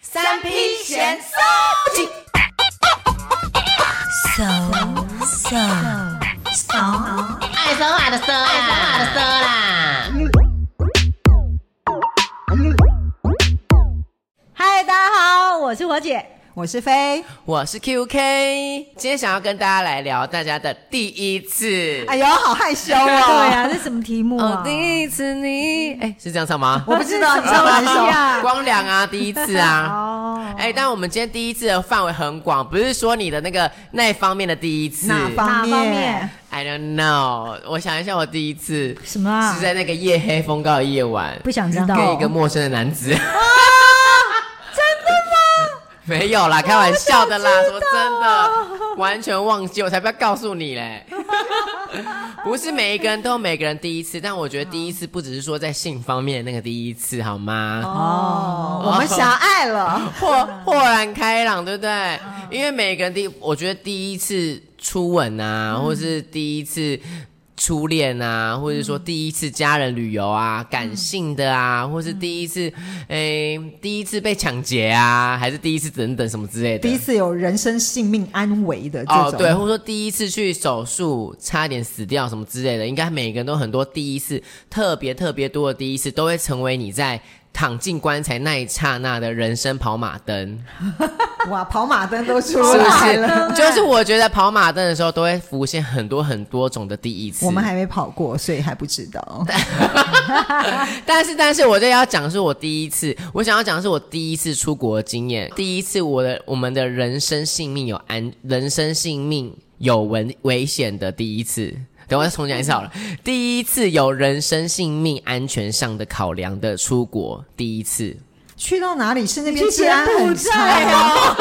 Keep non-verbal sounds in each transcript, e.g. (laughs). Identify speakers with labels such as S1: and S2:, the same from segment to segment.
S1: 三批闲
S2: 闲
S1: 事。
S3: so so so
S2: 爱说话的说啦，爱说话的说啦。
S1: 嗨，大家好，我是火姐，我是飞。
S2: 我是 QK，今天想要跟大家来聊大家的第一次。
S1: 哎呦，好害羞哦。
S3: 对啊，这什么题目
S2: 哦
S3: 啊，？
S2: 第一次你，哎、是这样唱 (laughs) 吗？
S1: 嗯我不知道你唱哪一首。
S2: 光良啊，第一
S1: (laughs)
S2: 次啊。
S3: 哦，
S2: 哎、但我们今天第一次的范围很广，不是说你的那个那一方面的第一次。
S1: 哪
S3: 哪
S1: 方
S3: 方面？
S2: I don't know，我想一下，我第一次
S3: 什么啊
S2: 是在那个夜黑风高的夜晚，
S3: 不想知道
S2: 跟一个陌生的男子。真的吗？没有啦，开玩笑的啦，什么真的，完全忘记，我才不要告诉你
S4: (laughs)
S2: 嘞。不是每一个人都有每个人第一次，但我觉得第一次不只是说在性方面的那个第一次，好吗？
S1: 哦，我们狭隘
S2: (laughs)
S1: 了。
S2: 豁豁然开朗，对不对？因为每个人第一，我觉得第一次初吻啊，
S4: 嗯
S2: 或是第一次初恋啊，或者
S4: 嗯
S2: 说第一次家人旅游啊，感性的啊，或是
S4: 嗯
S2: 第一次，诶、第一次被抢劫啊，还是第一次等等什么之类的。
S4: 第一次有人身性命安危的这种，
S2: 哦，对，或者说第一次去手术差点死掉什么之类的，应该每个人都很多第一次，特别特别多的第一次，都会成为你在躺进棺材那一刹那的人生跑马灯。
S4: 哇，跑马灯都出
S2: 是不
S4: 来了， (laughs)
S2: 是？就是我觉得跑马灯的时候，都会浮现很多很多种的第一次。
S4: 我们还没跑过，所以还不知道。
S2: 但是，但是我这要讲的是我第一次，我想要讲的是我第一次出国的经验，第一次我的我们的人生性命有安，人生性命有危危险的第一次。等我再重讲一次好了，第一次有人身性命安全上的考量的出国，第一次。
S4: 去到哪里是那边
S1: 去
S4: 治安
S1: 柬埔
S2: 啊
S4: 很
S1: 寨
S4: 差，啊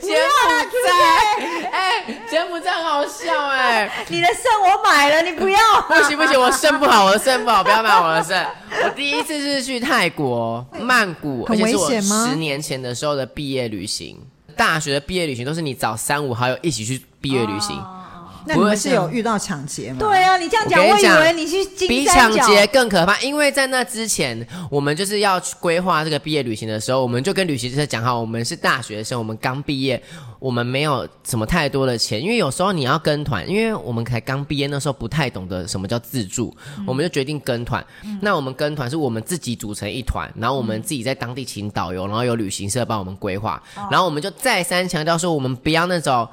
S2: 柬埔寨，哎、柬埔寨很好笑哎、
S1: 你的肾我买了，你不要。
S2: (laughs) 不行不行，我肾不好，我的肾不好，不要买我的肾。我第一次是去泰
S4: (laughs)
S2: 国曼谷，而
S4: 很
S2: 且是
S4: 危
S2: 我
S4: 险吗
S2: 十年前的时候的毕业旅行。大学的毕业旅行都是你找三五好友一起去毕业旅
S4: 哦
S2: 行，
S4: 那你们是有遇到抢劫吗？，
S1: 对啊，你这样讲，
S2: 我跟
S1: 我
S2: 你
S1: 以
S2: 讲
S1: 为你去金
S2: 比
S1: 三
S2: 抢
S1: 角。
S2: 劫更可怕。因为在那之前，我们就是要去规划这个毕业旅行的时候，我们就跟旅行社讲好，我们是大学生，我们刚毕业，我们没有什么太多的钱，因为有时候你要跟团，因为我们才刚毕业，那时候不太懂得什么叫自助，我们就决定跟团。
S1: 嗯
S2: 那我们跟团是我们自己组成一团，然后我们自己在当地请导游，然后有旅行社帮我们规划，
S1: 哦
S2: 然后我们就再三强调说，我们不要那种。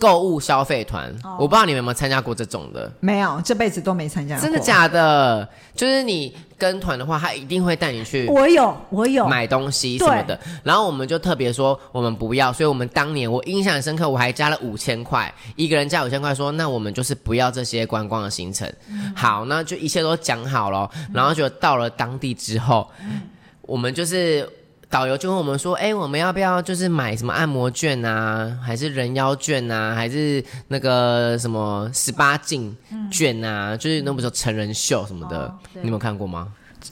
S2: 购物消费团，
S1: 哦
S2: 我不知道你们有没有参加过这种的。
S4: 没有，这辈子都没参加过。
S2: 真的假的？就是你跟团的话，他一定会带你去
S1: 我有，我有。
S2: 买东西什么的。然后我们就特别说我们不要，所以我们当年我印象很深刻，我还加了五千块，一个人加五千块，说那我们就是不要这些观光的行程。好，那就一切都讲好了，然后就到了当地之后，我们就是。导游就问我们说：“哎、我们要不要就是买什么按摩券啊，还是人妖券啊，还是那个什么十八禁券啊？就是那不是有成人秀什么的，你们有看过吗？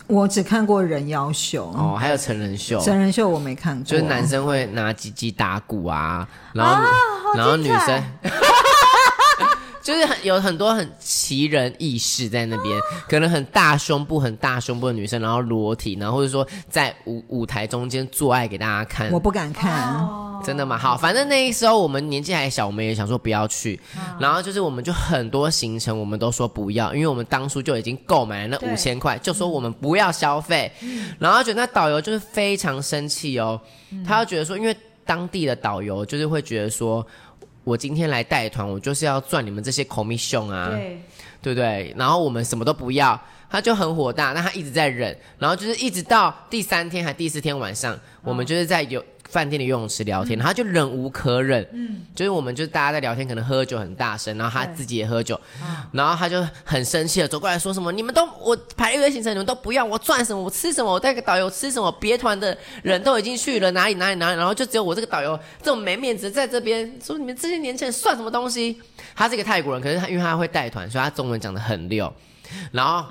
S4: 我只看过人妖秀，
S2: 哦，还有成人秀，
S4: 真人秀我没看过。
S2: 就是男生会拿鸡鸡打鼓啊，然后、然后女生， (laughs) 就是很有很多很奇人异事在那边，可能很大胸部、很大胸部的女生，然后裸体，然后或者说在舞舞台中间做爱给大家看
S4: 我。不敢看，
S2: 哦真的吗？好，反正那时候我们年纪还小，我们也想说不要去，然后就是我们就很多行程我们都说不要，因为我们当初就已经购买了那五千块，就说我们不要消费，然后就那导游就是非常生气哦，他就觉得说，因为当地的导游就是会觉得说。我今天来带团，我就是要赚你们这些 commission 啊，
S1: 对，
S2: 对不对？然后我们什么都不要，他就很火大，那他一直在忍，然后就是一直到第三天还第四天晚上，我们就是在游饭店的游泳池聊天，然后他就忍无可忍，嗯，就是我们就是大家在聊天，可能喝酒很大声，然后他自己也喝酒，然后他就很生气的走过来说什么：“你们都我排一堆行程，你们都不要我赚什么，我吃什么，我带个导游吃什么，别团的人都已经去了哪里哪里哪里，然后就只有我这个导游这种没面子在这边说你们这些年轻人算什么东西？”他是一个泰国人，可是他因为他会带团，所以他中文讲的很溜，然后。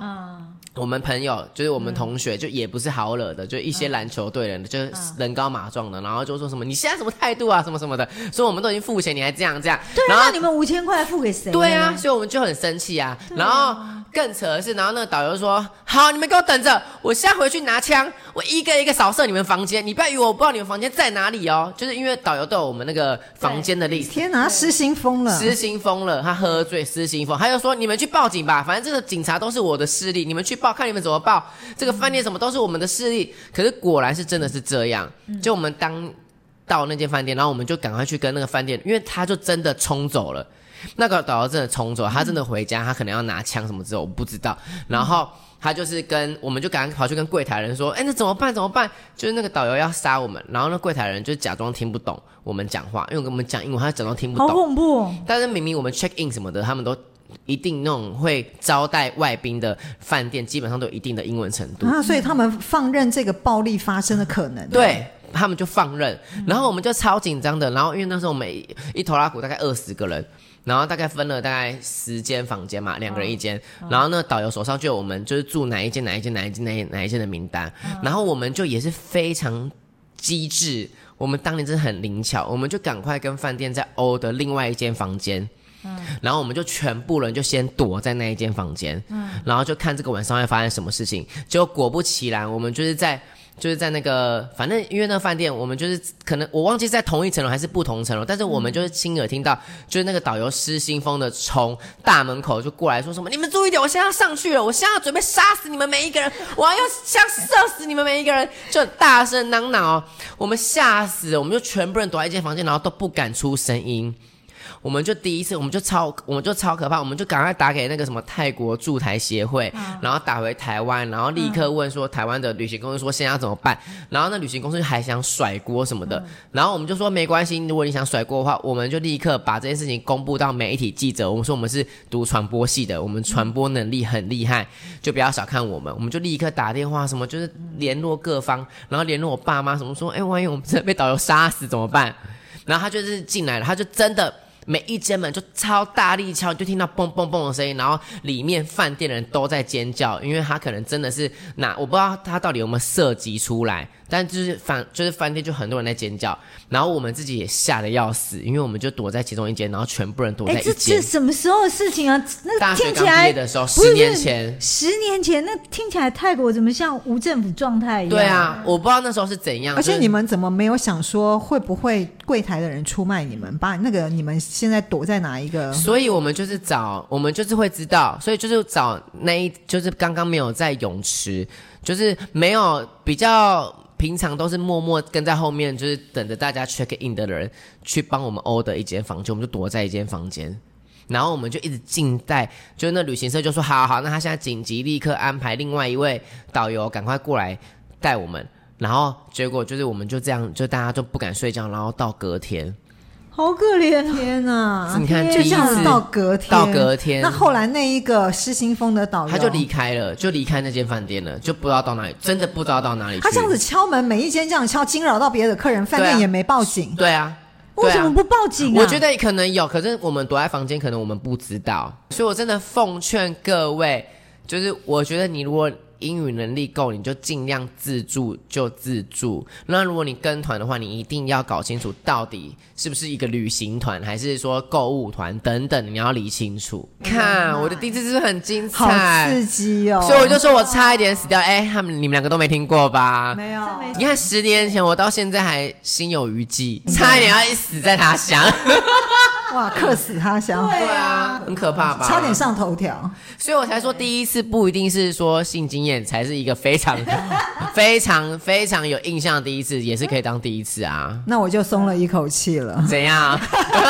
S2: 我们朋友就是我们同学，就也不是好惹的，就一些篮球队人，就是人高马壮的，然后就说什么你现在什么态度啊，什么什么的，说我们都已经付钱，你还这样这样，
S1: 对啊，
S2: 然后
S1: 那你们五千块付给谁？
S2: 对啊，，所以我们就很生气啊。然后更扯的是，然后那个导游说：“好，你们给我等着，我现在回去拿枪，我一个一个扫射你们房间。你不要以为我不知道你们房间在哪里哦，就是因为导游都有我们那个房间的历史。”
S4: 天哪，他失心疯了，
S2: 失心疯了，他喝醉失心疯，他就说你们去报警吧，反正这个警察都是我的势力，你们去报看你们怎么报，这个饭店什么都是我们的势力。可是果然是真的是这样，就我们当到那间饭店，然后我们就赶快去跟那个饭店，因为他就真的冲走了，那个导游真的冲走，他真的回家，他可能要拿枪什么之后，我不知道，然后。他就是跟，我们就赶快跑去跟柜台人说，哎、那怎么办？怎么办？就是那个导游要杀我们，然后那柜台人就假装听不懂我们讲话，因为我跟我们讲英文，他假装听不
S1: 好
S2: 懂。
S1: 恐怖哦，
S2: 但是明明我们 check in 什么的，他们都一定那种会招待外宾的饭店，基本上都有一定的英文程度。
S4: 啊，所以他们放任这个暴力发生的可能。，
S2: 对。他们就放任，然后我们就超紧张的。然后因为那时候我们一一头拉骨大概二十个人，然后大概分了大概十间房间嘛，两个人一间。然后呢，导游手上就有我们就是住哪一间哪一间哪一间哪一哪一间的名单。然后我们就也是非常机智，我们当年真的很灵巧，我们就赶快跟饭店在欧的另外一间房间。然后我们就全部人就先躲在那一间房间，然后就看这个晚上会发生什么事情。结果果不其然，我们就是在就是在那个，反正因为那个饭店，我们就是可能我忘记是在同一层楼还是不同层楼，但是我们就是亲耳听到，就是那个导游失心疯的从大门口就过来说什么：“你们注意点，我现在要上去了，我现在要准备杀死你们每一个人，我要用枪射死你们每一个人！”就很大声嚷嚷哦，我们吓死了，我们就全部人躲在一间房间，然后都不敢出声音。我们就第一次，我们就超，我们就超可怕，我们就赶快打给那个什么泰国驻台协会，然后打回台湾，然后立刻问说台湾的旅行公司说现在要怎么办，然后那旅行公司还想甩锅什么的，然后我们就说没关系，如果你想甩锅的话，我们就立刻把这件事情公布到媒体记者，我们说我们是读传播系的，我们传播能力很厉害，就不要小看我们，我们就立刻打电话什么，就是联络各方，然后联络我爸妈什么说，哎，万一我们真的被导游杀死怎么办？然后他就是进来了，他就真的每一间门就超大力敲，你就听到嘣嘣嘣的声音，然后里面饭店的人都在尖叫，因为他可能真的是哪我不知道他到底有没有涉及出来，但就是反就是饭店就很多人在尖叫，然后我们自己也吓得要死，因为我们就躲在其中一间，然后全部人躲在
S1: 哎，这
S2: 一间
S1: 这。什么时候的事情啊？那
S2: 大
S1: 个
S2: 学
S1: 听起
S2: 刚毕
S1: 来
S2: 业的时候，
S1: 不是
S2: 十年前，
S1: 十年前，那听起来泰国怎么像无政府状态一样？
S2: 对，啊，我不知道那时候是怎样。
S4: 而且
S2: 就是
S4: 你们怎么没有想说会不会柜台的人出卖你们，把那个你们现在躲在哪一个？
S2: 所以我们就是找，我们就是会知道，所以就是找那一，就是刚刚没有在泳池，就是没有比较平常都是默默跟在后面，就是等着大家 check in 的人去帮我们 order 一间房间，我们就躲在一间房间。然后我们就一直静待，就是那旅行社就说好好，那他现在紧急立刻安排另外一位导游赶快过来带我们。然后结果就是我们就这样，就大家都不敢睡觉，然后到隔天，
S1: 好可怜哦。
S4: 天哪！
S2: 你看
S4: 天
S2: 第一
S4: 啊就这样
S2: 次
S4: 子到隔天，
S2: 到隔天
S4: 那后来那一个失心疯的导游，
S2: 他就离开了，就离开那间饭店了，就不知道到哪里，真的不知道到哪里去。
S4: 他这样子，敲门，每一间这样敲，惊扰到别的客人，饭
S2: 对啊
S4: 店也没报警。
S2: 对啊，对
S1: 为什
S2: 啊
S1: 么。不报警啊？
S2: 我觉得可能有，可是我们躲在房间，可能我们不知道，所以我真的奉劝各位，就是我觉得你如果英语能力够，你就尽量自助就自助。那如果你跟团的话，你一定要搞清楚到底是不是一个旅行团，还是说购物团等等，你要理清楚。看我的第一次是不是很精
S4: 哦啊好
S2: 彩，
S4: 刺激哦！
S2: 所以我就说我差一点死掉。哎、他们你们两个都没听过吧？
S4: 没有，
S2: 你看十年前我到现在还心有余悸，
S1: 嗯
S2: 差一点要死在他乡。
S4: 哇，克死他乡，
S2: 对啊，很可怕吧？
S4: 差点。上头条。
S2: 所以我才说第一次不一定是说性经验才是一个
S1: (laughs)
S2: 非常、非常、非常有印象的第一次，也是可以当第一次
S1: (laughs)
S2: 啊。
S4: 那我就松了一口气了。
S2: 怎样？ (laughs)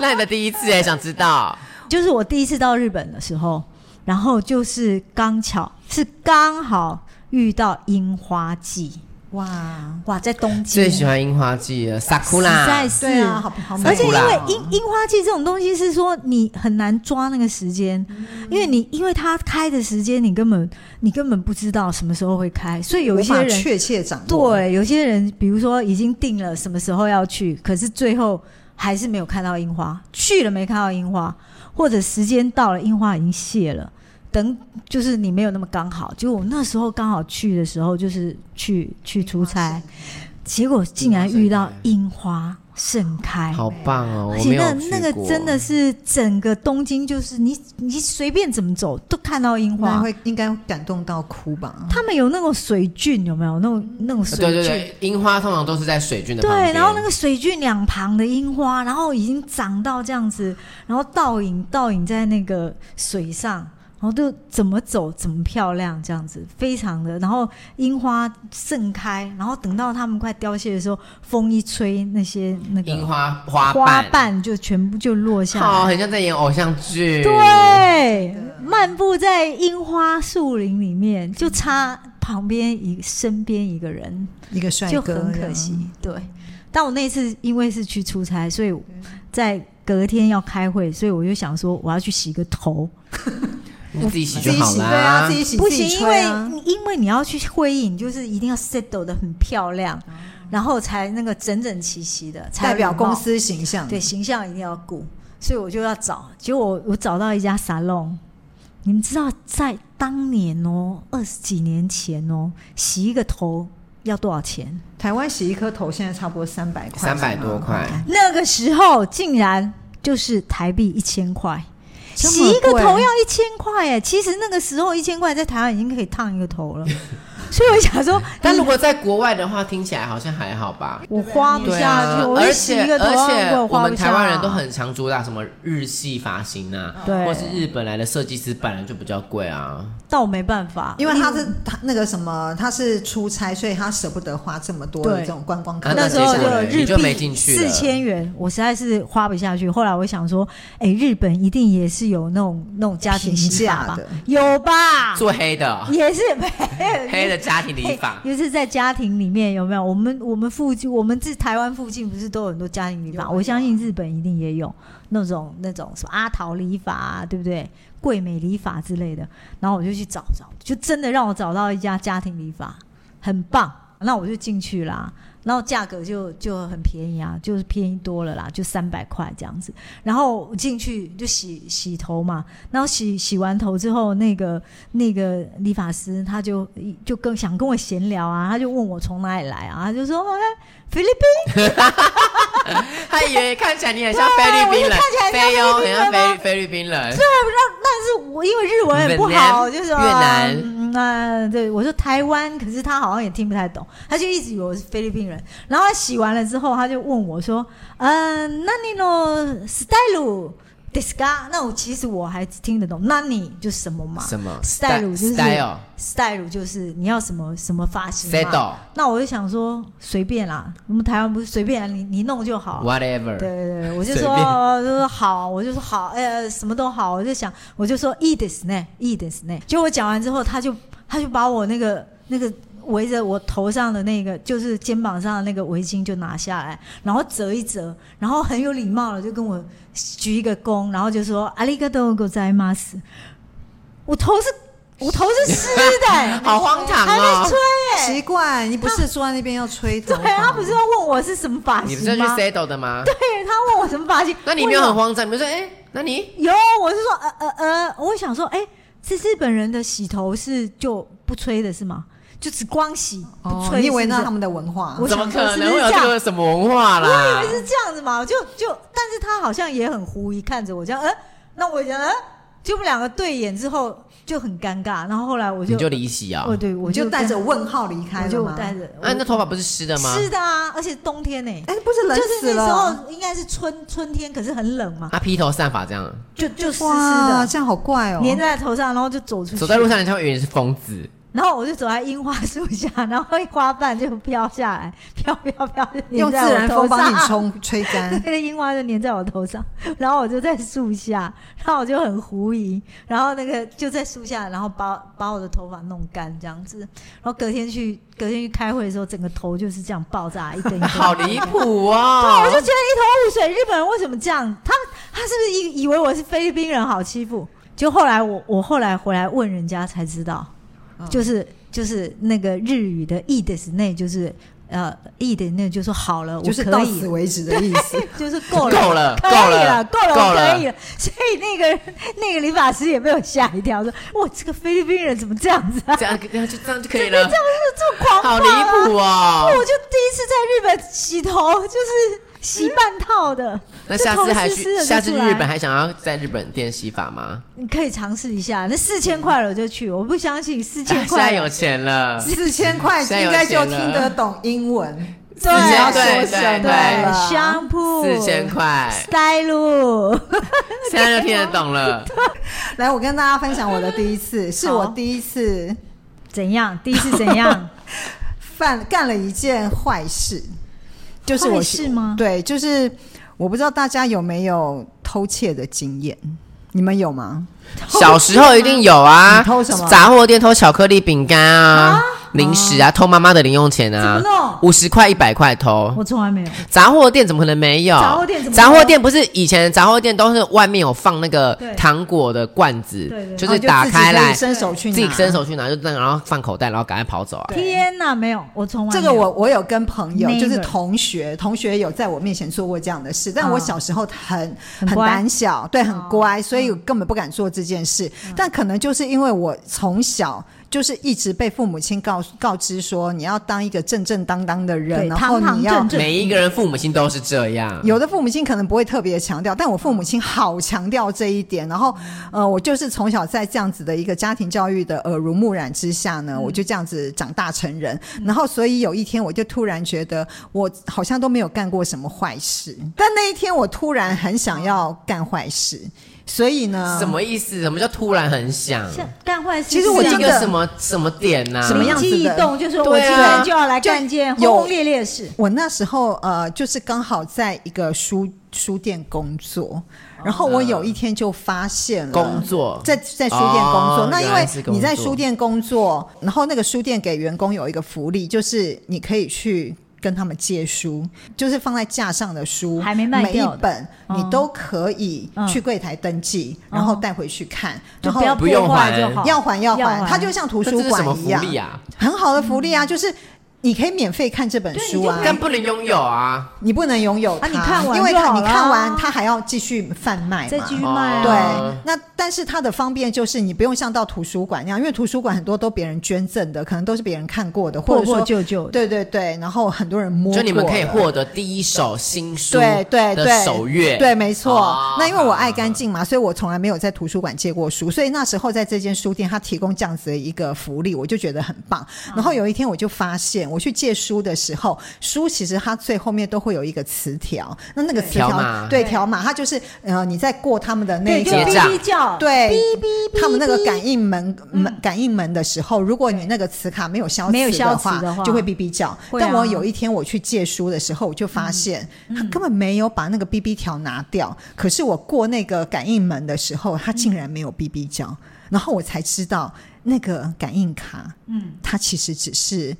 S2: 那你的第一次哎、想知道？
S1: 就是我第一次到日本的时候，然后就是刚巧是刚好遇到樱花季，
S4: 哇，
S1: 哇，在哦东京
S2: 最喜欢樱花季了，萨库
S1: 实
S2: 拉
S1: 在。是
S4: 对啊，好好美哦，
S1: 而且因为
S2: 啦
S1: 樱樱花季这种东西是说你很难抓那个时间，因为你因为它开的时间你根本你根本不知道什么时候会开，所以有一些
S4: 无法
S1: 人
S4: 确切掌握，
S1: 对有些人，比如说已经定了什么时候要去，可是最后还是没有看到樱花，去了没看到樱花，或者时间到了樱花已经谢了。等就是你没有那么刚好，就我那时候刚好去的时候，就是去去出差，结果竟然遇到樱花盛开。
S2: 好棒哦！
S1: 而
S2: 我
S1: 且
S2: 没
S1: 那
S2: 有去
S1: 那个
S2: 过
S1: 真的是整个东京，就是你你随便怎么走都看到樱
S4: 那
S1: 花。
S4: 会应该感动到哭吧？
S1: 他们有那种水郡，有没有那种那种水
S2: 呃对
S1: 郡？
S2: 对对，樱花通常都是在水郡的旁
S1: 对，
S2: 边
S1: 然后那个水郡两旁的樱花，然后已经长到这样子，然后倒影倒影在那个水上，然后就怎么走怎么漂亮，这样子非常的。然后樱花盛开，然后等到它们快凋谢的时候，风一吹，那些那个
S2: 樱花花瓣，
S1: 花瓣就全部就落下来。
S2: 好，很像在演偶像剧。
S1: 对，漫步在樱花树林里面，就差旁边一身边一个人，
S4: 一个帅哥
S1: 就很
S4: 这
S1: 可
S4: 样
S1: 惜。对，但我那次因为是去出差，所以在隔天要开会，所以我就想说我要去洗个头，
S2: 你自己洗
S4: 自
S2: 就
S4: 己
S2: 好
S4: 洗对
S2: 啦。
S4: 啊，自己洗
S1: 不
S4: 自
S1: 行，
S4: 己
S1: 因
S4: 吹
S1: 为
S4: 啊
S1: 你因为你要去会议，你就是一定要 settle 的很漂亮，然后才那个整整齐齐的，哦才有
S4: 代表
S1: 礼貌嗯
S4: 公司形象。
S1: 对，形象一定要顾，所以我就要找，结果我我找到一家 salon，你们知道在当年哦，二十几年前哦，洗一个头要多少钱？
S4: 台湾洗一颗头现在差不多三百块，
S2: 三百
S4: 是吗
S2: 多块，
S1: 那个时候竟然就是台币一千块。
S4: 这么
S1: 洗一个
S2: 啊
S4: 贵
S1: 头要一千块哎，其实那个时候一千块在台湾已经可以烫一个头了， (laughs) 所以我想说，
S2: (laughs) 但如果在国外的话，听起来好像还好吧？
S1: 我花不
S2: 对
S1: 下去，
S2: 啊，
S1: 我
S2: 而
S1: 就洗
S2: 且
S1: 一个头
S2: 而且
S1: 我
S2: 我
S1: 花
S2: 们
S1: 不下、
S2: 台湾人都很常主打什么日系发型啊，
S1: 对
S2: 或是日本来的设计师本来就比较贵啊。
S1: 倒没办法，
S4: 因为他是他那个什么，他是出差，所以他舍不得花这么多的
S1: 对
S4: 这种观光
S2: 啊
S4: 客。
S1: 那
S2: 那
S1: 时候
S2: 接
S1: 就
S2: 下来
S1: 日
S2: 你就没
S1: 币
S2: 进去
S1: 四
S2: 了
S1: 千元，我实在是花不下去。后来我想说，哎、日本一定也是有那种那种家庭洗法吧
S4: 平价的？
S1: 有吧？
S2: 做黑
S1: (laughs)
S2: 的哦，
S1: 也是
S2: 黑的啊家庭理发，
S1: 也是在家庭里面有没有？我们我们附近，我们自台湾附近不是都有很多家庭理发？我相信日本一定也有那种那种什么阿桃理发、啊，对不对？桂美理发之类的。然后我就去找找，就真的让我找到一家家庭理发，很棒。那我就进去啦，然后价格就就很便宜啊，就是便宜多了啦，就三百块这样子。然后我进去就洗洗头嘛，然后洗洗完头之后，那个那个理发师他就就跟想跟我闲聊啊，他就问我从哪里来啊，他就说哎菲律宾
S2: 他以为看起来你很像菲律宾人，
S1: 对啊
S2: 菲哦，
S1: 我就
S2: 很
S1: 看起来
S2: 像
S1: 很像菲律宾人吗
S2: 菲菲律宾人，
S1: 但是我因为日文也不好，就是说
S2: 越南
S1: 嗯呃对我说台湾，可是他好像也听不太懂，他就一直以为我是菲律宾人。然后他洗完了之后，他就问我说：“嗯，那你呢？style this g a 那我其实我还听得懂，那你就是什么嘛？
S2: 什么
S1: style 就是
S2: style
S1: style 就是你要什么什么发型嘛。
S2: settle
S1: 那我就想说随便啦，我们台湾不是随便啊你你弄就好啊。对
S2: whatever，
S1: 对对，我就
S2: 随
S1: 说
S2: 便
S1: 我就说好，我就说好，呃，什么都好，我就想，我就说 e this 呢，e this 呢。结果我讲完之后，他就他就把我那个那个围着我头上的那个，就是肩膀上的那个围巾就拿下来，然后折一折，然后很有礼貌的就跟我鞠一个躬，然后就说阿里嘎多ございます。我头是我头是湿的、
S2: (laughs) 好荒唐
S1: 还没
S2: 哦
S1: 吹！哎、
S4: 奇怪，你不是坐在那边要吹头
S1: 对
S4: 发？，
S1: 他不是要问我是什么发
S2: 你不
S1: 型
S2: 是去
S1: 吗？对
S2: settle 的吗？
S1: 他问我什么发型，
S2: 那你没有
S1: 问我
S2: 很慌张，你就说哎，那你
S1: 有，我是说，呃呃呃，我想说，哎、是日本人的洗头是就不吹的是吗？就只光洗不
S4: 哦
S1: 吹、
S4: 你以为
S1: 是不是
S4: 那他们的文化
S1: 我？
S2: 怎
S1: 想
S2: 么
S1: 说
S2: 可
S1: 是不
S2: 能
S1: 是
S2: 会有
S1: 这
S2: 这
S1: 样
S2: 个什么文化啦
S1: 我以？为是这样子嘛，就就，但是他好像也很狐疑看着我，这样，嗯、那我讲，嗯、就我们两个对眼之后就很尴尬，然后后来我
S2: 你
S1: 就，
S2: 就离席啊
S1: 哦，？对，我
S4: 我就带着
S1: 我，
S4: 问号离开
S1: 我
S4: 了
S1: 就
S4: 吗？
S1: 带着，
S2: 啊，那头发不是湿的吗？
S1: 是的啊，而且冬天呢、
S4: 哎，不是冷
S1: 就是
S4: 死
S1: 那时
S4: 了？
S1: 候应该是春春天，可是很冷嘛，
S2: 他啊披头散发这样，
S1: 就就湿湿
S4: 哇，
S1: 的
S4: 这样好怪哦！
S1: 粘在头上，然后就走出去，
S2: 走在路上人家会以为你是疯子。
S1: 然后我就走在樱花树下，然后花瓣就飘下来，飘飘飘，
S4: 用自然风帮你。冲吹
S1: 那 (laughs)
S4: 干。
S1: 个樱花就粘在我头上，然后我就在树下，然后我就很狐疑，然后那个就在树下，然后把把我的头发弄干这样子，然后隔天去隔天去开会的时候，整个头就是这样爆炸一根一根，
S2: 好离谱
S1: 对，
S4: 啊
S1: 我就觉得
S2: 哦！
S1: 一头雾水。日本人为什么这样？他他是不是以以为我是菲律宾人好欺负？就后来我我后来回来问人家才知道，
S4: 嗯
S1: 就是就是那个日语的 “e 的 s 内”就是呃 “e 的内”就说好了，
S4: 就是
S1: 我可
S4: 到
S1: 以
S4: 此。为止的意思，
S1: 就是够了，
S2: 够了
S1: 可
S2: 够
S1: 以
S2: 了
S1: 了，够了，
S2: 够了
S1: 我可以了。所以那个那个理发师也被我吓一跳，说：“哇，这个菲律宾人怎么这样子啊？
S2: 这样，这样就这样就可以了，
S1: (laughs) 这么狂暴
S2: 好离
S1: 啊！”
S2: 谱哦！
S1: 我就第一次在日本洗头就是洗半套的，
S2: 那下次还
S1: 就头湿湿
S2: 去，
S1: 的
S2: 下
S1: 就
S2: 次
S1: 出
S2: 去
S1: 来
S2: 日本还想要在日本店洗发吗？
S1: 你可以尝试一下。那四千块了我就去，我不相信四千
S2: 现在
S1: 块
S2: 有钱了，
S4: (laughs) 四千块
S2: 现在有
S4: 应该就
S2: 钱
S4: 听
S2: 了
S4: 得懂英文，
S1: 对
S4: 你要说
S2: 对
S4: 什
S2: 对
S4: 么
S1: 对
S4: 了？
S1: ，shampoo
S2: 四千块，
S1: style
S2: 现在就听得懂了。
S4: 来，我跟大家分享我的第一次，是我第一次
S1: 怎样？第一次怎样？
S4: 犯干了一件坏事，就是我
S1: 坏事吗
S4: 对，就是我不知道大家有没有偷窃的经验，你们有吗？
S2: (laughs) 小时候一定有啊，
S4: 你偷什么
S2: 杂货店偷巧克力、饼干啊、零食啊，偷妈妈的零用钱啊
S1: 怎么弄，
S2: 五十块、一百块偷。
S1: 我从来没有。
S2: 杂货店怎么可能没有？
S1: 杂货店怎么
S2: 杂货店不是以前杂货店都是外面有放那个
S1: 对
S2: 糖果的罐子
S1: 对对，对
S2: 就是打开
S4: 哦然后就
S2: 来
S4: 自己可以伸啊手去拿
S2: 自己伸手去拿，就那个然后放口袋，然后赶快跑走啊。
S1: 天哪，没有，我从来
S4: 这
S1: 没
S4: 个
S1: 有
S4: 我我有跟朋友，
S1: Neighbor
S4: 就是同学，同学有在我面前做过这样的事，但
S1: 嗯
S4: 我小时候很
S1: 很
S4: 很
S1: 乖哦嗯
S4: 胆小，对，很乖，所以我根本不敢做这件事。但可能就是因为我从小。就是一直被父母亲告告知说，你要当一个正正当当的人，
S1: 对
S4: 然后
S1: 堂堂
S4: 你要
S1: 正正
S2: 每一个人父母亲都是这样，
S4: 有的父母亲可能不会特别强调，但我父母亲好强调这一点。然后，呃，我就是从小在这样子的一个家庭教育的耳濡目染之下呢，
S2: 嗯
S4: 我就这样子长大成人。然后，所以有一天我就突然觉得，我好像都没有干过什么坏事。但那一天我突然很想要干坏事，所以呢，
S2: 什么意思？什么叫突然很想？
S1: 像干坏事，
S4: 其实我
S1: 这
S2: 是一
S4: 真
S2: 个
S4: 的
S2: 什么什么点啊呢？
S4: 什么样子的
S1: 灵机一动，就是我
S2: 对
S1: 今
S2: 啊
S1: 天就要来干件
S4: 就有
S1: 轰轰烈烈的事。
S4: 我那时候呃，就是刚好在一个书书店工作，然后我有一天就发现了
S2: 哦嗯工作
S4: 在在书店工作。
S2: 哦
S4: 那因
S2: 原来是
S4: 为
S2: 工
S4: 你在
S2: 作
S4: 书店工作，然后那个书店给员工有一个福利，就是你可以去。跟他们借书，就是放在架上的书，
S1: 还没卖
S4: 每一
S1: 掉的哦
S4: 本你都可以
S1: 嗯
S4: 去柜台登记，
S1: 嗯
S4: 然后带回去看，
S1: 就
S4: 然后
S1: 不要
S2: 不用
S1: 破坏
S2: 还
S1: 就好，
S4: 要还要
S1: 要
S4: 还，它就像图
S2: 这
S4: 书
S2: 是什么
S4: 馆一
S2: 福
S4: 样，
S2: 利啊？
S4: 很好的福利啊，就是你可以免费看这本
S1: 对
S4: 书啊，
S1: 你就可以
S2: 但不能拥有啊。
S4: 你不能拥有它，
S1: 啊你看完
S4: 因为
S1: 就
S4: 它
S1: 好
S4: 你看完
S1: 啦
S4: 它还要继续贩卖
S1: 再
S4: 嘛。
S1: 继续卖
S4: 对
S1: 啊。
S2: 哦，
S4: 那但是它的方便就是你不用像到图书馆那样，因为图书馆很多都别人捐赠的，可能都是别人看过的，或
S1: 破
S4: 者
S1: 破
S4: 说
S1: 旧旧的，
S4: 对对对，然后很多人摸过
S2: 就
S4: 的，
S2: 你们可以获得第一手新书
S4: 对对
S2: 的
S4: 对
S2: 首阅，
S4: 对，没错。
S2: 哦
S4: 那因为我爱干净嘛，所以我从来没有在图书馆借过书，所以那时候在这间书店，它提供这样子的一个福利，我就觉得很棒。
S1: 啊
S4: 然后有一天我就发现，我去借书的时候，书其实它最后面都会有一个词条，那那个词
S2: 条
S4: 条
S2: 码
S4: 对条码，它就是呃你在过他们的那
S1: 对，
S4: 一
S1: 就
S4: 个
S2: 结
S1: 哔
S2: 账
S1: 哔叫，
S4: 对
S1: 哔哔哔，
S4: 他们那个
S1: 哔
S4: 感应门门感应门的时候，如果你那个磁卡没有消
S1: 嗯没有
S4: 磁
S1: 消
S4: 的
S1: 磁的话
S4: 话，就会哔哔叫。
S1: 会啊嗯
S4: 但我有一天我去借书的时候，我就发现他根本没有把那个哔哔条拿掉，可是我过那个感应门的时候，他竟然没有哔哔叫，然后我才知道那个感应卡，嗯，它其实只是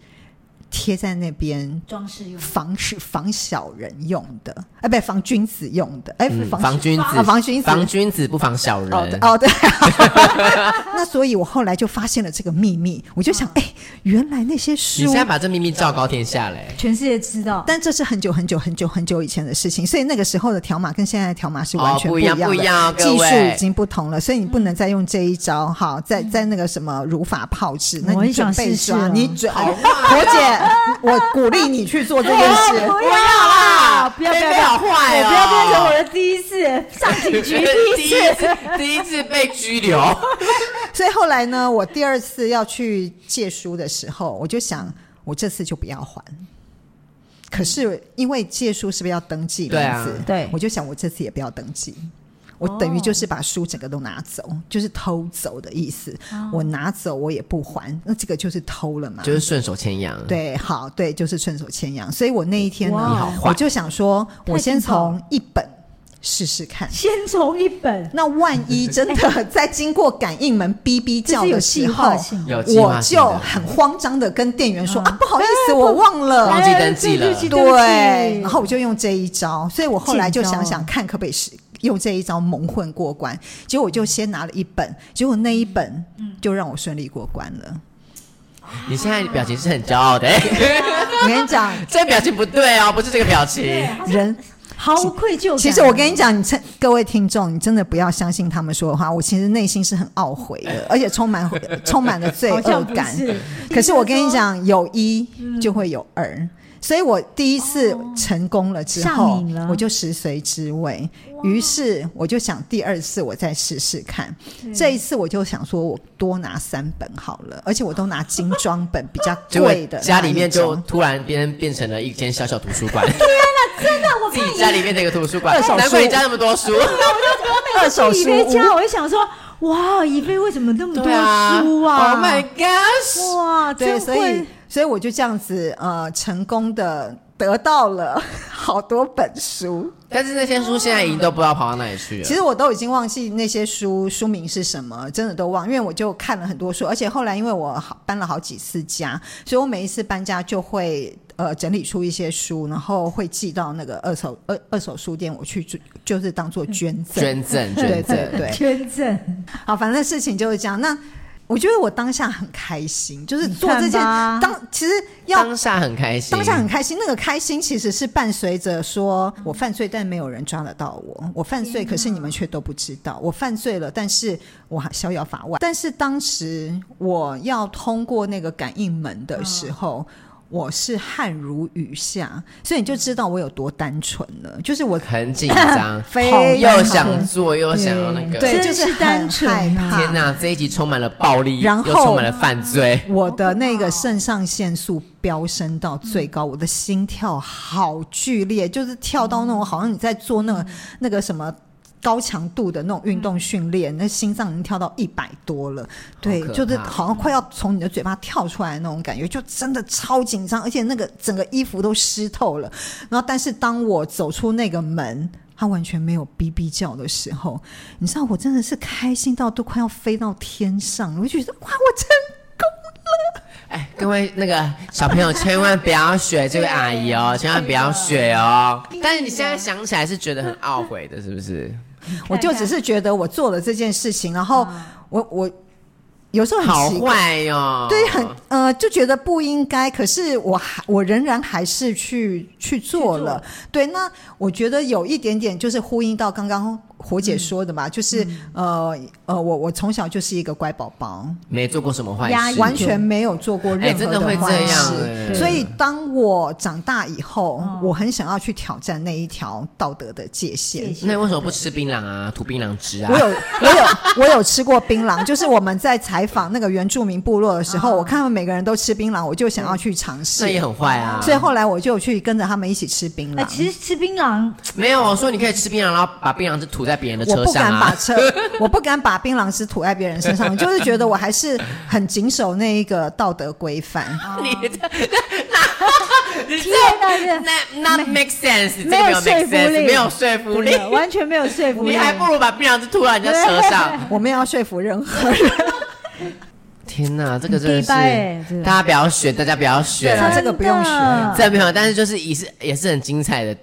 S4: 贴在那边。
S1: 装饰用。
S4: 防是防小人用的，哎，不，防君子用的，哎，
S2: 嗯，
S4: 防
S2: 防君子，
S4: 啊防君子，
S2: 防君子不防小人。
S4: 哦对哦对， (laughs) 那所以我后来就发现了这个秘密，我就想，哎、原来那些
S2: 啊你
S4: 书
S2: 现。在把这秘密昭告天下嘞，
S1: 全世界知道，
S4: 但这是很久很久很久很久以前的事情，所以那个时候的条码跟现在的条码是完全
S2: 哦不一
S4: 一
S2: 样
S4: 样的，
S2: 不一样哦各
S4: 技术
S2: 位嗯
S4: 已经不同了，所以你不能再用这一招哈，在在那个什么如法炮制，那
S1: 我很
S4: 你准
S1: 想
S4: 备
S1: 试试
S4: 抓，
S1: 哦
S4: 你
S2: (laughs)
S4: 准，婆姐，我鼓励你去做这件
S2: (laughs)
S4: 事， (laughs) 哦
S1: 不要啦，不要不要不
S2: 贝贝好
S1: 要，
S4: 哎
S2: 坏
S1: 我
S2: 哦，
S1: 不要变成我的第一次上警局
S4: (laughs)
S1: 第一次。
S2: 次， (laughs) 第一次被拘留，
S4: 所以后来呢，我第二次要去借书的时候，我就想，我这次就不要还。可是因为借书是不是要登记名
S2: 对啊
S4: 字？
S1: 对
S4: 我就想我这次也不要登记。我等于就是把书整个都拿走，就是偷走的意思。我拿走，我也不还，那这个就是偷了嘛？
S2: 就是顺手牵羊。，
S4: 对，好，对，就是顺手牵羊。所以我那一天
S1: 哇你
S2: 好
S4: 呢，
S2: 坏
S4: 我就想说，我先
S1: 太劲爆
S4: 从一本试试看。
S1: 先从一本，
S4: 那万一真的在经过感应门 (laughs) 哔哔叫的时候
S1: 这是有计划性，
S2: 的有计划
S4: 我
S2: 性的
S4: 就很慌张的跟店员说、
S1: 嗯
S4: 啊，不好意思，我忘
S2: 忘
S4: 了。
S2: 记登记了
S1: 哎对不起
S4: 对，然
S1: 然
S4: 后
S1: 后
S4: 我就用这一招，所以我后来就想
S1: 见招
S4: 想看可不可以是用这一招蒙混过关。结果我就先拿了一本，结果那一本就让我顺利过关了。
S2: 你现在表情是很骄傲的，欸
S1: (laughs)
S4: 我跟你讲，
S2: 这表情不对哦，不是这个表情。
S4: 人
S1: 毫无愧疚感。
S4: 其实我跟你讲，你趁各位听众，你真的不要相信他们说的话。我其实内心是很懊悔的，而且充满
S1: (laughs)
S4: 充满了罪
S1: 哎好像
S4: 恶
S1: 不
S4: 感。
S1: 是，
S4: 可是我跟你讲，有一就会有二。所以我第一次成功了之后
S1: 哦上瘾了，
S4: 我就食髓知味。于是我就想第二次我再试试看。这一次我就想说，我多拿三本好了，而且我都拿精装本，比较
S2: 结果
S4: 贵的那一种。
S2: 家里面就突然变变成了一间小小图书馆，
S1: 那我
S2: 自
S1: 看
S2: 己
S1: 一
S2: 家里面的一个图书馆
S4: 二手，书
S2: 难怪你家那么多书。
S4: 二手
S1: 以
S4: 书
S1: 菲
S4: 屋
S1: 家，我就想说，哇，以菲为什么那么多
S2: 对啊
S1: 书啊
S2: ，Oh my gosh！
S1: 哇， (laughs)
S4: 对，
S1: 真
S4: 所
S1: 会
S4: 以。所以我就这样子呃，成功的得到了 (laughs) 好多本书。
S2: 但是那些书现在已经都不知道跑到哪里去了
S4: 其。实我都已经忘记那些书书名是什么，真的都忘，因为我就看了很多书，而且后来因为我好搬了好几次家，所以我每一次搬家就会。呃，整理出一些书，然后会寄到那个二手二二手书店，我去就就是当
S1: 嗯
S4: 做捐赠。
S2: 捐赠，
S4: 对
S2: 捐
S4: 对
S2: 赠，
S4: 对，
S1: 捐赠，
S4: 好，反正事情就是这样。那我觉得我当下很开心，就是做这
S1: 你看
S4: 件
S1: 吧
S4: 当其实要
S2: 当下很开心，
S4: 当下很开心，那个开心其实是伴随着说我犯罪，但没有人抓得到我；我犯罪，可是你们却都不知道我犯罪了，但是我还逍遥法外。但是当时我要通过那个感应门的时候。我是汗如雨下，所以你就知道我有多单纯了。就是我，
S2: 很紧张
S4: (laughs) 非
S2: 痛又
S4: 常
S2: 想做又想要那个。
S4: 对，
S1: 真
S4: 就是
S1: 是
S4: 很
S1: 单纯
S4: 害
S1: 啊
S4: 怕。
S2: 天哪，这一集充满了暴力，
S4: 然后
S2: 又充满了犯罪。
S4: 我的那个肾上腺素飙升到最高，我的心跳好剧烈，就是跳到那种好像你在做那个、
S2: 嗯
S4: 那个什么。高强度的那种运动训练，那心脏已经跳到一百多了，对，
S2: 可怕
S4: 就是好像快要从你的嘴巴跳出来的那种感觉，就真的超紧张，而且那个整个衣服都湿透了。然后，但是当我走出那个门，它完全没有哔哔叫的时候，你知道我真的是开心到都快要飞到天上了，我就觉得哇，我真
S2: 哎，各位那个小朋友千万不要学这位阿姨
S4: (laughs)
S2: 哦，千万不要学哦。但是你现在想起来是觉得很懊悔的，是不是？
S4: 我就只是觉得我做了这件事情，然后我我有时候
S2: 好
S4: 很奇怪，
S2: 坏哦，
S4: 对，很呃，就觉得不应该，可是我还我仍然还是去去做了。对，那我觉得有一点点就是呼应到刚刚火姐说的嘛，就是、呃呃，我我从小就是一个乖宝宝，
S2: 没做过什么坏
S1: 压抑
S2: 事，
S4: 完全没有做过任
S2: 哎
S4: 何
S2: 真的会
S4: 坏
S2: 这样
S4: 事，
S2: 哎
S4: 所以当我长大以后，我很想要去挑战那一条道德的界限。
S2: 那你为什么不吃槟榔啊？吐槟榔汁啊
S4: 我？有，我有，我有吃过槟榔。就是我们在采访那个原住民部落的时候，我看到每个人都吃槟榔，我就想要去
S2: (laughs)
S4: 尝
S2: 哦嗯那也
S4: 试。
S2: 很坏啊。
S4: 所以后来我就去跟着他们一起吃槟
S1: 哎，
S4: 榔。
S1: 其实吃槟榔
S2: 没有，我啊说你可以吃槟榔，然后把槟榔汁吐在别人的
S4: 我
S2: 车
S4: 不
S2: 上
S4: 敢把
S2: 啊。 (laughs)
S4: 车，我不敢把槟榔汁吐在别人身上，就是觉得我还是很谨守那一个道德规范。
S2: 你的
S1: 贴到这，
S2: 那那 make sense，这个
S1: 没有
S2: 没
S1: 说
S2: 有 make
S1: 服
S2: sense，
S1: 力，啊
S2: 没有说服力
S1: 真，的完全没有说服力。
S2: 你还不如把槟榔汁吐到人家车
S4: (laughs)
S2: 上。
S4: (laughs) 我没有要说服任何人。
S2: 天哪，这个真的
S1: 很低掰欸这
S2: 是
S1: 个
S2: 大家不要学，大家不要学
S4: 对啊这
S1: 真
S4: 个
S1: 的
S4: 不用学啊
S2: 这没有，但是就是也是也是很精彩的，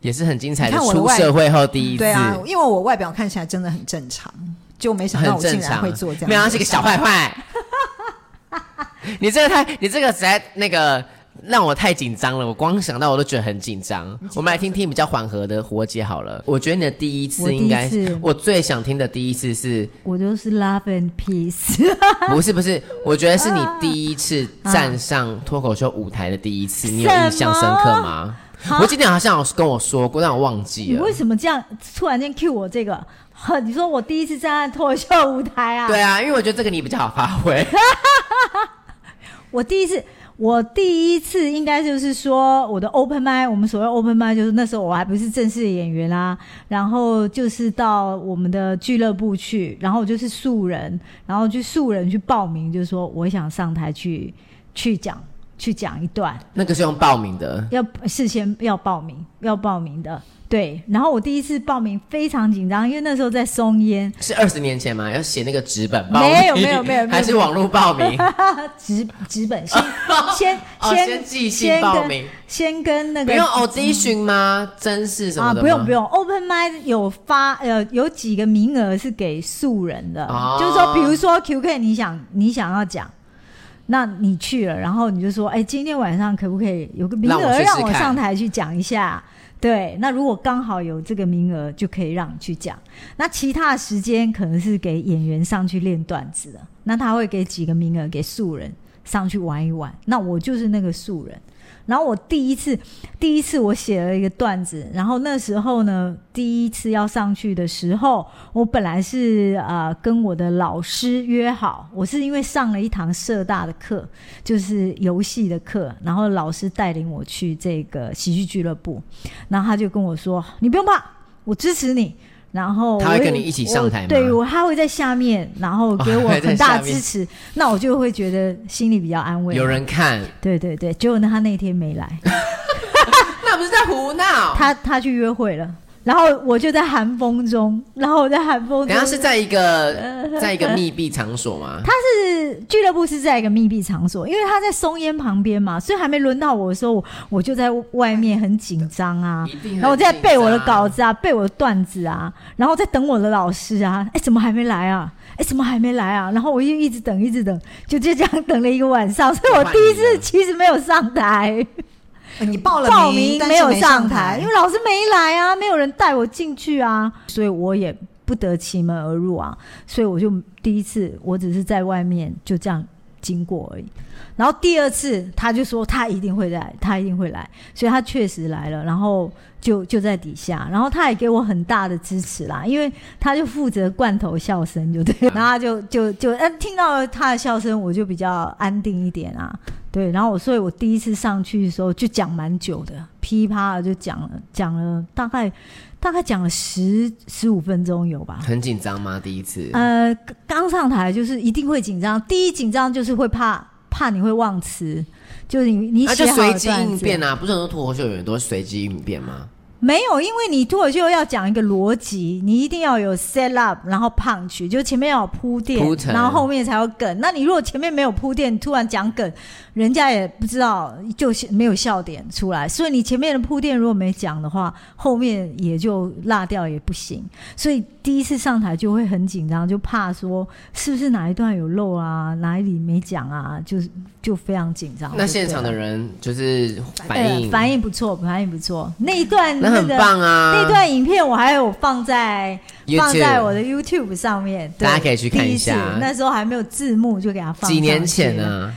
S2: 也是很精彩
S4: 你
S2: 的
S4: 看我的
S2: 出
S4: 外
S2: 社会后第一次
S4: (laughs) 对，啊，因为我外表看起来真的很正常，就没想到
S2: 很
S4: 我竟
S2: 正
S4: 然
S2: 常
S4: 会做这。样。
S2: 没有，他啊是个小坏坏。 (laughs) 你这个太，你这个实在那个让我太紧张了，我光想到我都觉得很紧张。我们来听听比较缓和的活姐好了。我觉得你的第一
S1: 我
S2: 次
S1: 第一
S2: 应该是
S1: 次
S2: 我最想听的第一次是
S1: 我就是 love and
S4: (laughs)
S1: peace，
S2: 不是不是， (laughs) 我觉得是你第一次站上脱口秀舞台的第一次，你有印象深刻吗？
S1: 么
S2: 我记得你好像有跟我说过，但我忘记
S1: 你
S2: 了
S1: 为。什么这样突然间 cue 我这个？呵你说我第一次站在脱口秀舞台啊？
S2: 对，啊，因为我觉得这个你比较好发挥。
S1: 我第一次，我第一次应该就是说我的 open m i 我们所谓 open m i 就是那时候我还不是正式的演员啦、然后就是到我们的俱乐部去，然后我就是素人，然后去素人去报名，就是说我想上台去去讲去讲一段，
S2: 那个是用报名的，
S1: 要事先要报名要报名的。对，然后我第一次报名非常紧张，因为那时候在松烟，
S2: 是二十年前吗？要写那个纸本报名？
S1: 没有没有没有没有
S2: (laughs) 还是网络报名？
S1: 纸纸本
S2: (laughs)
S1: 先 (laughs) 先
S2: 哦，
S1: 先
S2: 先寄信
S1: 先
S2: 报
S1: 跟
S2: 名，
S1: 先跟那
S2: 不
S1: 个
S2: 用 audition 吗？真是什么
S1: 啊，
S2: 的吗？
S1: 不用不用，Open Mic 有发呃有几个名额是给素人的，
S2: 哦
S1: 就是说，比如说 QK，你想你想要讲，那你去了，然后你就说，哎，今天晚上可不可以有个名
S2: 让我
S1: 额
S2: 试试
S1: 让我
S2: 看
S1: 上台去讲一下？对，那如果刚好有这个名额，就可以让你去讲。那其他的时间可能是给演员上去练段子的，那他会给几个名额给素人上去玩一玩。那我就是那个素人。然后我第一次，第一次我写了一个段子，然后那时候呢，第一次要上去的时候，我本来是啊、呃跟我的老师约好，我是因为上了一堂社大的课，就是游戏的课，然后老师带领我去这个喜剧俱乐部，然后他就跟我说：“你不用怕，我支持你。”然后
S2: 他会
S1: 我也
S2: 跟你一起上台吗
S1: 我对我他会在下面，然后给我
S2: (laughs) 哦还在
S1: 很大
S2: 下面
S1: 支持，那我就会觉得心里比较安慰。
S2: 有人看，
S1: 对对对，结果呢，他那天没来。
S2: 那不是在胡闹？
S1: 他他去约会了，然后我就在寒风中， (laughs) 然后我在寒风中
S2: 等一，下是在一个在一个密闭场所吗？
S1: 呃他是俱乐部是在一个密闭场所，因为他在松烟旁边嘛，所以还没轮到我的时候，我我就在外面很紧张啊
S2: 一定很，紧张
S1: 然后我在背我的稿子啊，
S2: 嗯
S1: 背我的段子啊，然后在等我的老师啊，哎，怎么还没来啊？哎，怎么还没来啊？然后我又一直等，一直等，就就这样等了一个晚上，所以我第一
S2: 换你
S1: 次
S2: 了
S1: 其实没有上台。
S4: 呃你报了
S1: 报
S4: 名
S1: 名
S4: 但是
S1: 没有
S4: 上
S1: 上台，因为老师没来啊，没有人带我进去啊，所以我也不得其门而入啊，所以我就第一次我只是在外面就这样经过而已。然后第二次他就说他一定会来，他一定会来，所以他确实来了，然后就就在底下，然后他也给我很大的支持啦，因为他就负责罐头笑声，就对，然后他就就就嗯、听到他的笑声我就比较安定一点啊，对，然后我所以，我第一次上去的时候就讲蛮久的，噼啪的就讲了，讲了大概大概讲了十十五分钟有吧。
S2: 很紧张吗？第一次？
S1: 呃，刚上台就是一定会紧张，第一紧张就是会怕怕你会忘词，就是你你
S2: 那
S1: 写
S2: 啊就
S1: 好的
S2: 随机
S1: 段
S2: 应
S1: 子哦
S2: 变啊！不是很多脱口秀演员都是随机应变吗？
S1: 没有，因为你脱口秀要讲一个逻辑，你一定要有 set up，然后 punch，就前面要有铺垫
S2: 铺，陈
S1: 然后后面才有梗。那你如果前面没有铺垫，突然讲梗，人家也不知道，就是没有笑点出来。所以你前面的铺垫如果没讲的话，后面也就落掉也不行。所以第一次上台就会很紧张，就怕说是不是哪一段有漏啊，哪里没讲啊，就是就非常紧张。
S2: 那现场的
S1: 人
S2: 人就是反应，
S1: 啊哎呃反应不错，反应不错，那一段
S2: 那很
S1: 个
S2: 棒啊！
S1: 那段影片我还有放在
S2: YouTube
S1: 放在我的 YouTube 上面，对
S2: 大家可以去看一下
S1: 第次那时候还没有字幕，就给它放。
S2: 几年前？啊呢、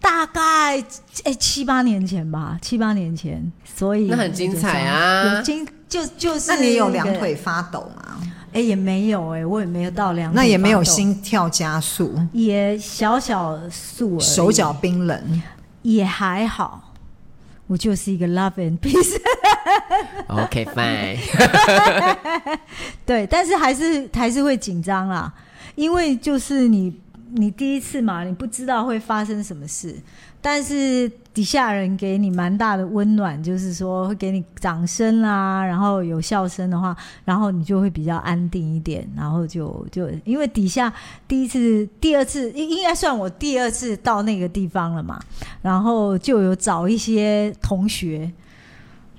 S1: 大概哎七八年前吧，七八年前，所以
S2: 那很精彩啊
S1: 有精就就是
S4: 那你有两
S1: 个
S4: 腿发抖吗？
S1: 哎也没有哎，我也没有到两腿
S4: 那也没有
S1: 发抖，
S4: 心跳加速，
S1: 也小小素而已
S4: 手脚冰冷。
S1: 也还好，我就是一个 love and peace。
S2: o k fine，
S1: 对，但是还是还是会紧张啦，因为就是你你第一次嘛，你不知道会发生什么事，但是底下人给你蛮大的温暖，就是说会给你掌声啦，然后有笑声的话，然后你就会比较安定一点，然后就就因为底下第一次、第二次应应该算我第二次到那个地方了嘛，然后就有找一些同学。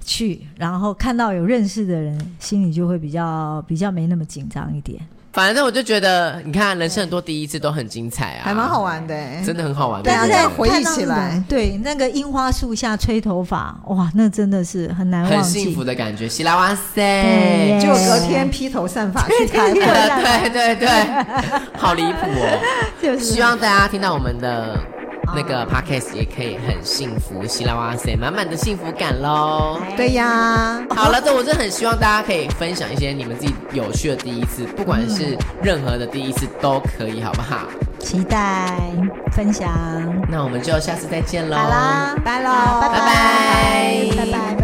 S1: 去，然后看到有认识的人，心里就会比较比较没那么紧张一点。
S2: 反正我就觉得，你看人生很多第一次都很精彩啊，
S4: 还蛮好，玩的、欸，
S2: 真的很好玩。
S4: 对啊
S1: 但是
S2: 对
S1: 在
S2: 不对
S4: 回
S1: 看
S4: 忆
S1: 到
S4: 起
S1: 那
S4: 来
S1: 种对那个樱花树下吹头发，哇，那真的是很难忘
S2: (laughs) 很
S1: 记。
S2: 幸福的感觉，喜啦哇
S1: 对
S2: 塞，
S1: 耶
S4: 结果隔天披头散发去开
S1: 对对。
S4: 会
S2: 对对对，好离谱哦。
S1: 啊
S4: (laughs)
S1: 就是
S2: (laughs) 希望大家听到我们的那个
S4: 哦
S2: podcast 也可以很幸福，希拉哇塞，满满的幸福感喽。
S4: 对呀，
S2: 好了，这我真的很希望大家可以分享一些你们自己有趣的第一次，不管是
S4: 嗯
S2: 任何的第一次都可以，好不好？
S1: 期待分享。
S2: 那我们就下次再见喽。
S1: 好啦，
S4: 拜喽，
S1: 拜拜
S2: 拜
S1: 拜拜。